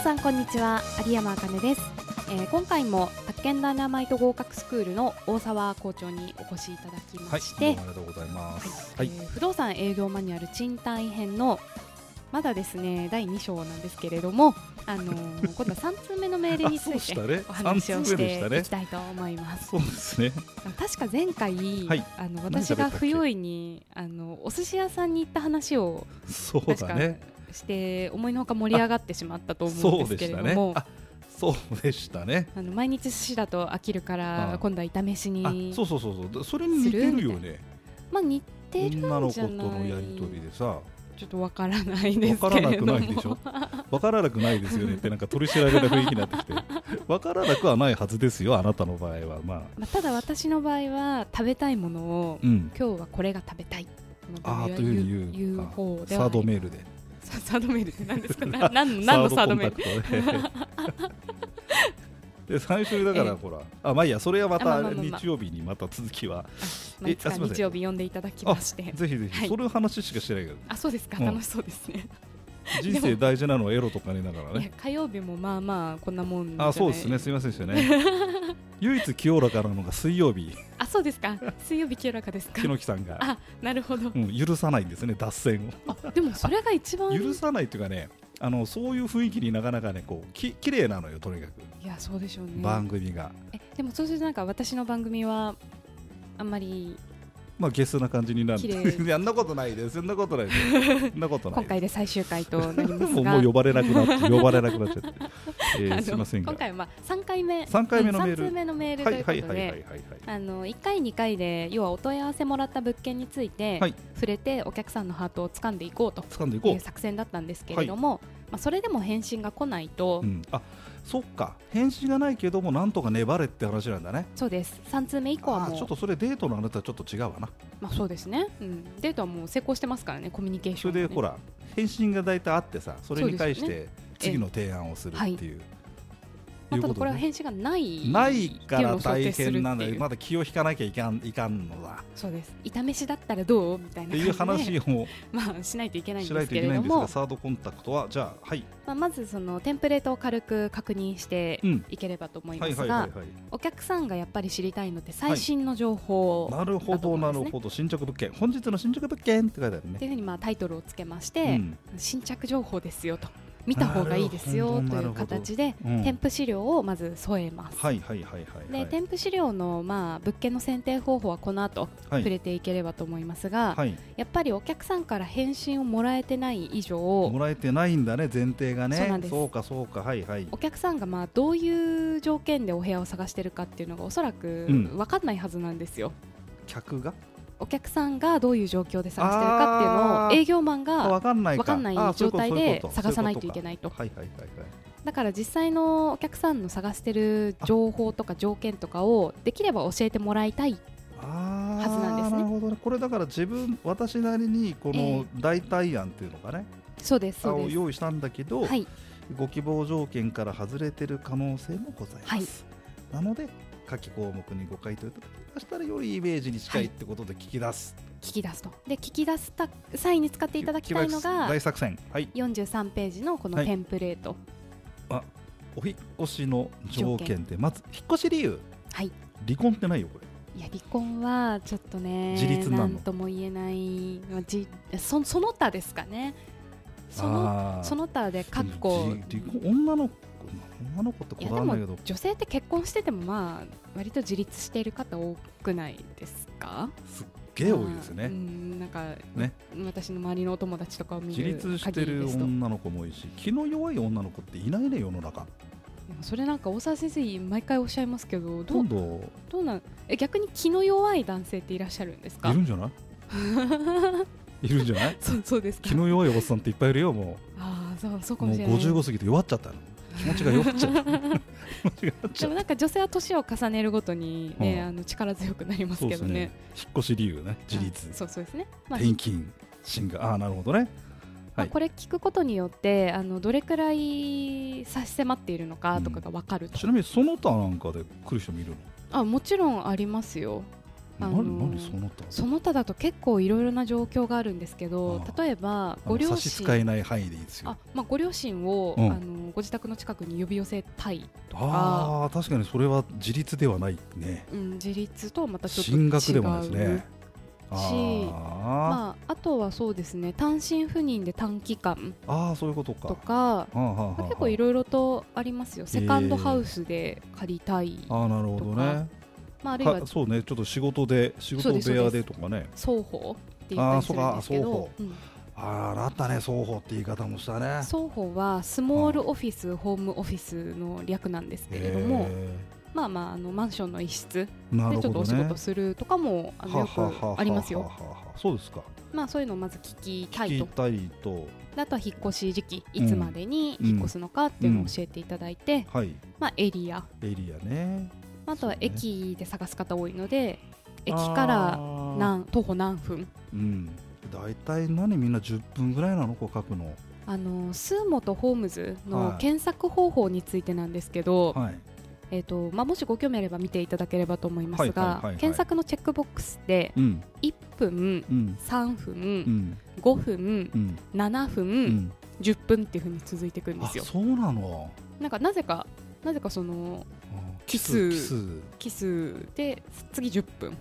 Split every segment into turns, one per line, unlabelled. さんこんにちは有山あかねです、えー、今回も宅建ダイナマイト合格スクールの大沢校長にお越しいただきまして、
どうもありがとうございます。
は
はいい
え、ー不動産営業マニュアル賃貸編のまだですね第2章なんですけれども、あのー 今度は3通目の命令につ
あ
い
そ
て
うでしたね
お話をし
三通目でした
て
ね
いきたいと思います。
そうですね。
確か前回、
はい
あの
何喋
私
ったっけ
が不用意にあのお寿司屋さんに行った話を
そう
確
だ
か
ね。
して思いのほか盛り上がってしまったと思
そ
うん
う
で
です
け
し
れ
た
ど
ね
も。。
あ、そうでしたね。
あの毎日寿司だと飽きるから、
うん
今度は炒めしに
あ、そうそうそうそうだ。それに似てるよね。
まあ似てるんじゃな
女
い
の子とのやりとりでさ、
ちょっとわからないで
わ
すけれ
から
ども
なくないで しょ。わからなくないですよねってなんか取り調べな雰囲気になってきて、わからなくはないはずですよ。あなたの場合はまあ、
まあ、ただ私の場合は食べたいものを、
うん。
今日はこれが食べたいって
ああと
言
いううふうに言う
言う
のか
方では
サード
メ
メールで。
サードメールって何ですかな 何何のサードメール
ル。 で最初にだからほら、あまあいいやそれはま
あまあ
た
まあまあまあ
日曜日にまた続きは
まあ、いつか
えあすいません
日曜日呼んでいただきまして
ぜひぜひ、
はい
それ話しかしてないけど
あそうですか、
うん
楽しそうですね
人生大事なのはエロと金だから
いや
ね
火曜日もまあまあこんなもんじゃない
あそうですねすいませんでしたね 唯一清らかなのが水曜日
あそうですか水曜日清らかですか
木さんが、
あなるほど
うん、許さないんですね脱線
あでもそれが一番
を許さないっていうかねあのそういう雰囲気になかなかねこうき綺麗なのよとにかく、
いやそうでしょうね
番組が
えでもそうするとなんか私の番組はあんまり
まあゲスな感じになる
綺麗
いやんなことないですそんなことないですそんなことない
今
です
回で最終回となりま
も
す
う
が
もう呼ばれなくなって呼ばれなくなっ ちゃって、え
あ
ー、
の
すいませんが
今回はまあ3回目
3回目のメー
3
ル
通目のメールと
はいいう
こ
は
と
いはいはいはい
であの1回2回で要はお問い合わせもらった物件について
はい
触れてお客さんのハートを掴んでいこうと
掴んでい
い
こ
う
う、
作戦だったんですけれどもまあそれでも返信が来ないと
うん、あそっか返信がないけどもなんとか粘れって話なんだね
そうです3通目以降は
あー
も
ちょっ
う
とそれデートのあなたはちょっと違うわな
まあそうですねうんデートはもう成功してますからねコミュニケーシ
そ
ョン
れで
はね
ほら返信が大体あってさそれに対し
そう
て次の提案をするっていう。
まあ
いう
た
こ
だ
と
これは
ね
返信がない
ないから大変なん
って
だ
いうのを想定するってい
よ
う
まだ気を引かなきゃいかんいかんのだ
そうです炒めしだったらどうみたい
っ
な
ていう
感 じで
話を
まあ、しないといけないん
しな
で
い
す
とい
け
け
れど
ないんですが
も
サードコンタクトはじゃあはい
まあ、まずそのテンプレートを軽く確認して
うん
いければと思いま
はい
す
はい
が
はいはい
お客さんがやっぱり知りたいのって最新の情報
なるほ
だと
ど、
思う
なん
ですね
るほど、新着物件、本日の新着物件って書いてある
って
ね。
いうふうにまあタイトルをつけまし
う
て、
ん
新着情報ですよと見た方がいいですよと
ないる
う
ほど
形で
うん
添付資料をまず添えます。
はいはいはいはいは
で
い。
添付資料のまあ物件の選定方法はこの後
は
触
い、
れていければと思いますが、
はい、
やっぱりお客さんから返信をもらえてない以上、
もらえてないんだね、前提がね。
そうなんです
そうかそうか、はいはい。
お客さんがまあどういう条件でお部屋を探してるかっていうのがおそらく
うん
分かんないはずなんですよ、
客が
お客さんがどういう状況で探してるかっていうのを
あー
営業マンが
わかんない
分かんない
あそう
状
うこと
態
そうう
で
こと
探さないと
そ
いうけ
う
ないと
ことはいはいはいはい。
だから実際のお客さんの探してる情報とか条件とかをできれば教えてもらいたい
あ
はずなんです
ー
ね
なるほどね。これだから自分、私なりにこの代替案っていうのかね、
そうです
あ
そう
を
です
用意したんだけど、
はい
ご希望条件から外れてる可能性もございます、
はい
なので下記項目にご回答いただきましたらよりイメージに近
はい
いってことで聞き出す、
聞き出すとで聞き出した際に使っていただきたいのが
大作戦はい
43ページのこの
はい
テンプレート、
お引っ越しの条件でまず引っ越し理由
はい
離婚ってないよこれ
いや離婚はちょっとね
自立なの
んとも言えない、まあ、じそその他ですかねその
あー
その他でかっこ
じ離婚女の子女の子って
い
こ
や
だわ
で
るんだけ
も
ど
女性って結婚しててもまあ割と自立している方多くないですか
すっげえ多いです
まあう
ね
んなんか、
ね
私の周りのお友達とかを見
自
る
立して
限り
る
ですとでも
女の子もいいし気の弱い女の子っていないね世の中
それなんか大沢先生毎回おっしゃいますけどどう
今度
どうなんえ逆に気の弱い男性っていらっしゃるんです
い
か
るん じゃないいるんじゃない
そうそうですか
気の弱いおっさんっていっぱいいるよも
ああそうそう
う
かも
もう
しれない
55過ぎて弱っちゃったの気持ちが弱っちゃった気持ちが弱っち
で
ゃっ
もなんか女性は年を重ねるごとに、ね
うん
あの力強くなり
た
ます
そう
け
です
ど
ね
ね。
引っ越し理由ね自
あ
立
そうそうですね。まあ、
転勤進化ああなるほどね
ま
は
あ
い
これ聞くことによってあのどれくらい差し迫っているのかとかがわかると
ち、なみにその他なんかで来る人もいるの
あもちろんありますよ。あの
何何そうなったの
その他だと結構いろいろな状況があるんですけど
ああ
例えば
あの
ご両
差し支え
親
ない範囲でいいですよ
あ、まあ、ご両親を、
うん
あのご自宅の近くに呼び寄せたい、
ああー確かにそれは自立ではないね
うん、自立とはまたちょっと違う
進学でもないですねあ
まあ、あとはそうですね単身赴任で短期間
ー、あーそういうことか
とか、
はあはあは
まあ
あ
結構いろいろとありますよセカンドハウスで借りたい、
ああなるほどね
まあ、あるいは
かそうねちょっと仕事で仕事
そう
部
です
屋でとかね
双方って言ったりするんですけ
あーそう
ど
か
うん
あああったね双方って言い方もしたね
双方はスモールオフィスホームオフィスの略なんですけれども、
へ
まあまああのマンションの一室
ーな
で
る
ちょっと
ほど
お仕
ね
事するとかもあの
は
よ
ははは
くあります
は
よ。
ははそうですか
まあそういうのをまず聞きたい
聞き
と
たいと
であとは引っ越し時期
うん
いつまでに引っ越すのかっていうのを教えていただいて、
はい
まあエリア
エリアね
まああとは
そうね
駅で探す方多いので駅から
ら
何徒歩何分
うん大体何みんな10分ぐらいなのこう書くの
あのスーモとホームズ
は
の
い
検索方法についてなんですけど、
はい
えーとまあ、もしご興味あれば見ていただければと思いますが、
はいはいはいはい
検索のチェックボックスで
うん
1分、
うん
3
う
分、
ん
5分、
うん
7分、
うん
10分っていうふうに続いていくんで
あ
すよ。
そうなの
なんかなぜかなぜかその
あ
奇数
奇数
キスで次10分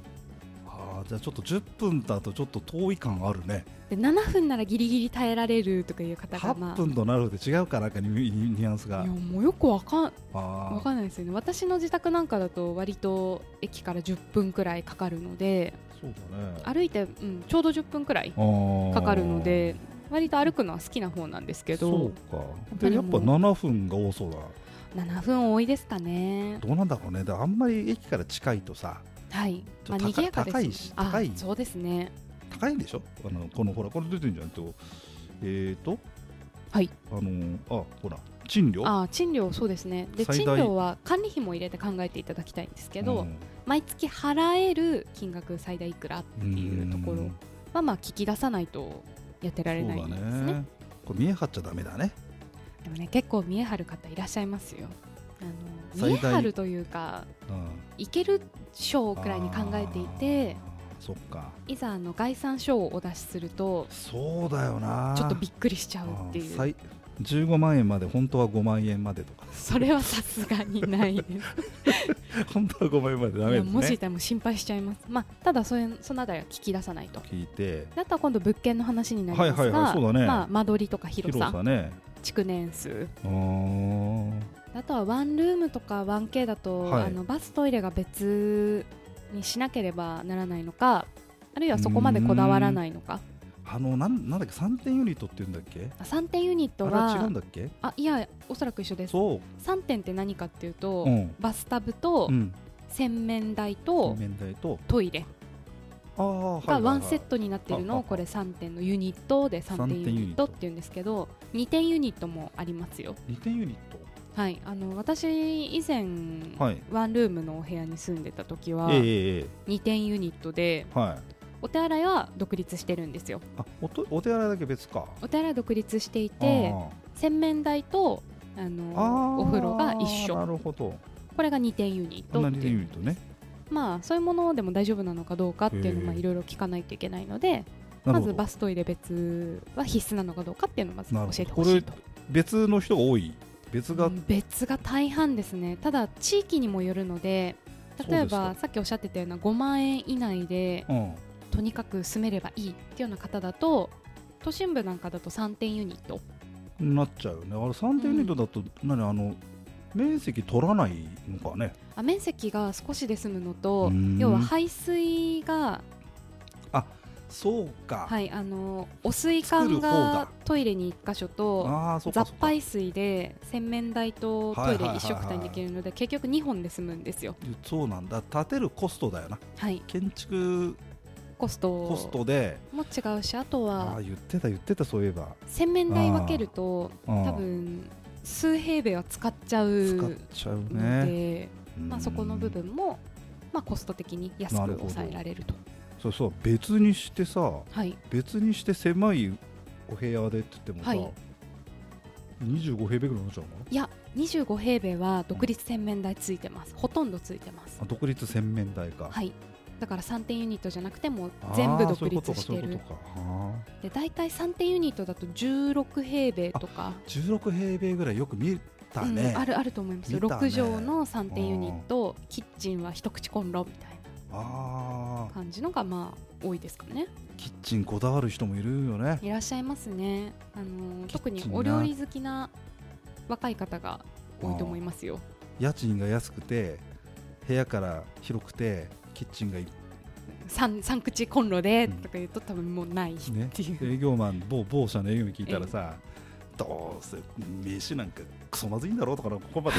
あーじゃあちょっと10分だとちょっと遠い感あるね
で7分ならギリギリ耐えられるとかいう方が、まあ、
8
い
分となるで違うかなんかニュニュアンスが
やもうよくわかんわ
あ
かんないですよね私の自宅なんかだと割と駅から10分くらいかかるので
あそうだね
歩いて、うん、ちょうど10分くらい
あー
かかるので割と歩くのは好きな方なんですけ
そう
ど
か
ぱりもう
でやっぱ7分が多そうだな
7分多いですかね
どうなんだろうねであんまり駅から近いとさ
はい
ちょ
ま
っ
あ
と高い
賑やかです
高いし
あ
高い
そうですね
高いんでしょあのこのほらこれ出てるんじゃんとえっ、と
はい
あのあほら賃料
あ賃料そうですねで
最
賃
大
料は管理費も入れて考えていただきたいんですけど、
うん
毎月払える金額最大いくらっていうところ
う
は
ん
まあまあ聞き出さないとやってられない
そう
で
だ
すね
ねこれ見え張っちゃダメだね
でもね結構見え張る方いらっしゃいますよあの
最
見え
大
張るというか
うん
いける賞くらいに考えていて
あーそっか
いざあの概算書をお出しすると
そうだよな
ちょっとびっくりしちゃうってい
あー
う
最15万円まで本当は5万円までとか
それはさすがにないです
本当は5万円ま でダ
い
メで
や
すね
もしいたらもう心配しちゃいます、まあ、ただそういうそのあたりは聞き出さないと
聞いて
あとは今度物件の話になりますが、
はいはいはいそうだね
まあ、間取りとか広さ
広さね
築年数
うーん
あとはワンルームとか 1K だと、
はい
あのバストイレが別にしなければならないのかあるいはそこまでこだわらないのか
あのなんなんだっけ3点ユニットって言うんだっけ
あ3点ユニッ
あ
ト
れ
は
は違うんだっけ
あいやおそらく一緒です
そ
3点って何かっていうと、
ううん
バスタブと
うん
洗面台と
面台と
トイレ
ああはい
が
はいは
ワ
い
ンセットになっているの
は
を
い
これ3点のユニットで3点ユニットっていうんですけど2点ユニットもありますよ
2点ユニット
はいあの私以前、
はい
ワンルームのお部屋に住んでた時は
えええええ
2点ユニットで
えはい
お手洗いは独立してるんですよ
あおとお手洗いだけ別か
お手洗いは独立していて洗面台とあ
あー
のお風呂が一
な
緒
るほど
これが2点ユニット
同
っ
じ
て
で
い
言
う
うとね
まあそういうものでも大丈夫なのかどうかっていうのをまあ
へー
いろいろ聞かないといけないので
な
ま
るほ
ず
ど
バストイレ別は必須なのかどうかっていうのをまず
なるほ
教え
ど
てほ
こ
し
れ
いと
別の人が多い別が
うん別が大半ですねただ地域にもよるので例え
そう
ば
です
さっきおっしゃってたような5万円以内で
うん
とにかく住めればいいっていうような方だと都心部なんかだと3点ユニット
なっちゃうよねあれ3点ユニットだと、何あの面積取らないのかね
あ面積が少しで済むのと
うん
要は排水が、
そうか、
はい、あのお水
作
管
る方だ
がトイレに1箇所と
ああそうか
雑
そうか
排水で洗面台とトイレ一緒くたにできるので結局2本で済むんですよ、
そうなんだ建てるコストだよな
はい、
建築
コスト
コストで
も違うしあと
あ
は
あ言ってた言ってたそういえば、
洗面台分けると
うん
多分数平米は使っちゃ
使っ
う
ちゃう
ので、
ね
まあ、そこの部分も、まあ、コスト的に安
な
く
るほど
抑えられると
うんそうそう別にしてさ
はい
別にして狭いお部屋でって言ってもさ、
はい
25平米ぐらいになっちゃうのかない
や25平米は独立洗面台ついてますほとんどついてます
あ独立洗面台か、
はいだから3点ユニットじゃなくてもう全部独立して
あーそういう
る
ことかそういうことかあ
で大体3点ユニットだと16平米とか、
ー16平米ぐらいよく見えたね、
うんあるあると思いますよ、
見たね
6畳の3点ユニットキッチンは一口コンロみたい
あ
な感じのがまあ多いですかね
ーキッチンこだわる人もいるよね
いらっしゃいますねあのー
キッ
特
チンな
にお料理好きな若い方が多いと思いますよ
家賃が安くて部屋から広くてキッチンがいっ
三三口コンロで
うん
とか言うと多分もうないって
ね
いう、
営業マン某某社の営業マン聞いたらさ、どうせ飯なんかクソまずいんだろうとかここまで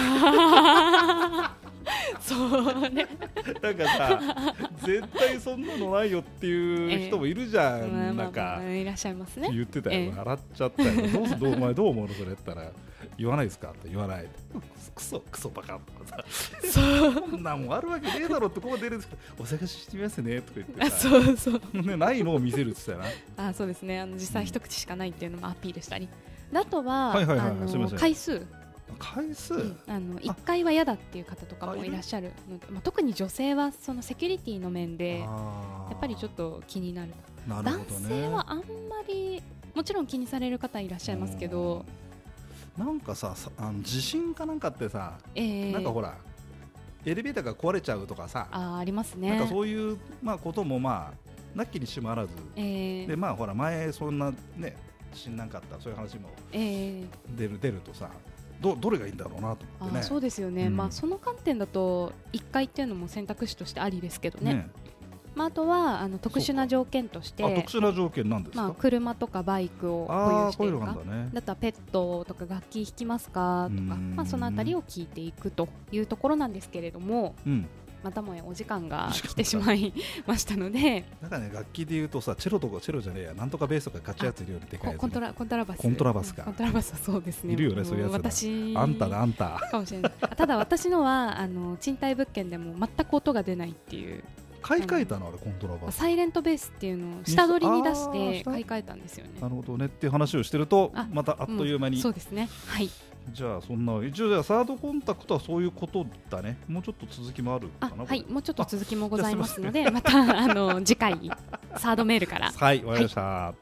そう ね
なんかさ絶対そんなのないよっていう人もいるじゃん、
まあま
な
あ
んか
まあいらっしゃいますね
言ってたよ、
ええ
笑っちゃったよどうすどうお前どう思うのそれって言ったら言わないですかって言わないクソクソバカとかさそんなもんあるわけねえだろってここ出るんですけどお探ししてみますねとか言
あ
ってさ
そうそう
ね、ないのを見せるって言ってたよ
あそうですねあの実際一口しかないっていうのもアピールしたりあとは
はいはいはい
あ
すいま
の
せん
回数
な回数、
あの1回は嫌だっていう方とか
あい
も
る
いらっしゃるので、まあ、特に女性はそのセキュリティの面でや
や
っぱりちょっと気になる
となる
男
ほど、ね、
性はあんまりもちろん気にされる方いらっしゃいますけど、
うんなんかささあの地震かなんかってさ、
えー、
なんかほらエレベーターが壊れちゃうとかさ、
あーありますね
なんかそういう、まあ、こともまあなきにしもあらず、
えー
でまあほら前そんなね地震なんかあったそういう話も
えー
出る出るとさどどれがいいんだろうなと
あ
思って
ー
ね
そうですよね、
うん
まあ、その観点だと1回っていうのも選択肢としてありですけどね、
ね
まあ、あとはあの特殊な条件とし
あ
て、
特殊な条件なんですか、
まあ、車とかバイクを保
あ
有
あ
し
こ
てい
ういう
るか
のがあるんだね
だったらペットとか楽器弾きますかと
う
か、
ん
まあ、そのあたりを聞いていくというところなんですけれども
うん
またもやお時間が
お時間が
来てしまいましたので
なんかね楽器で言うとさチェロとかチェロじゃねえやなんとかベースとか勝ちやついるよりでか
こ
いやつ
コントラコントラバス
コントラバスか
コントラバスはそうですね
いるよね
も
そういうやつら
私
あんただあんた
かもしれないあただ私のはあの賃貸物件でも全く音が出ないっていう
買い替えたのあれコントラバス
サイレントベースっていうのを下取りに出し
あー
て
下
買い替えたんですよね
なるほどねっていう話をしてると
あ
またあっという間に、
そうですねはい
じゃあそんな一応じゃあサードコンタクトはそういうことだねもうちょっと続きもあるか
あ
な
はい
こ
もうちょっと続きもございますのでまたあの次回サードメールか
れ
ら
はいわかりました、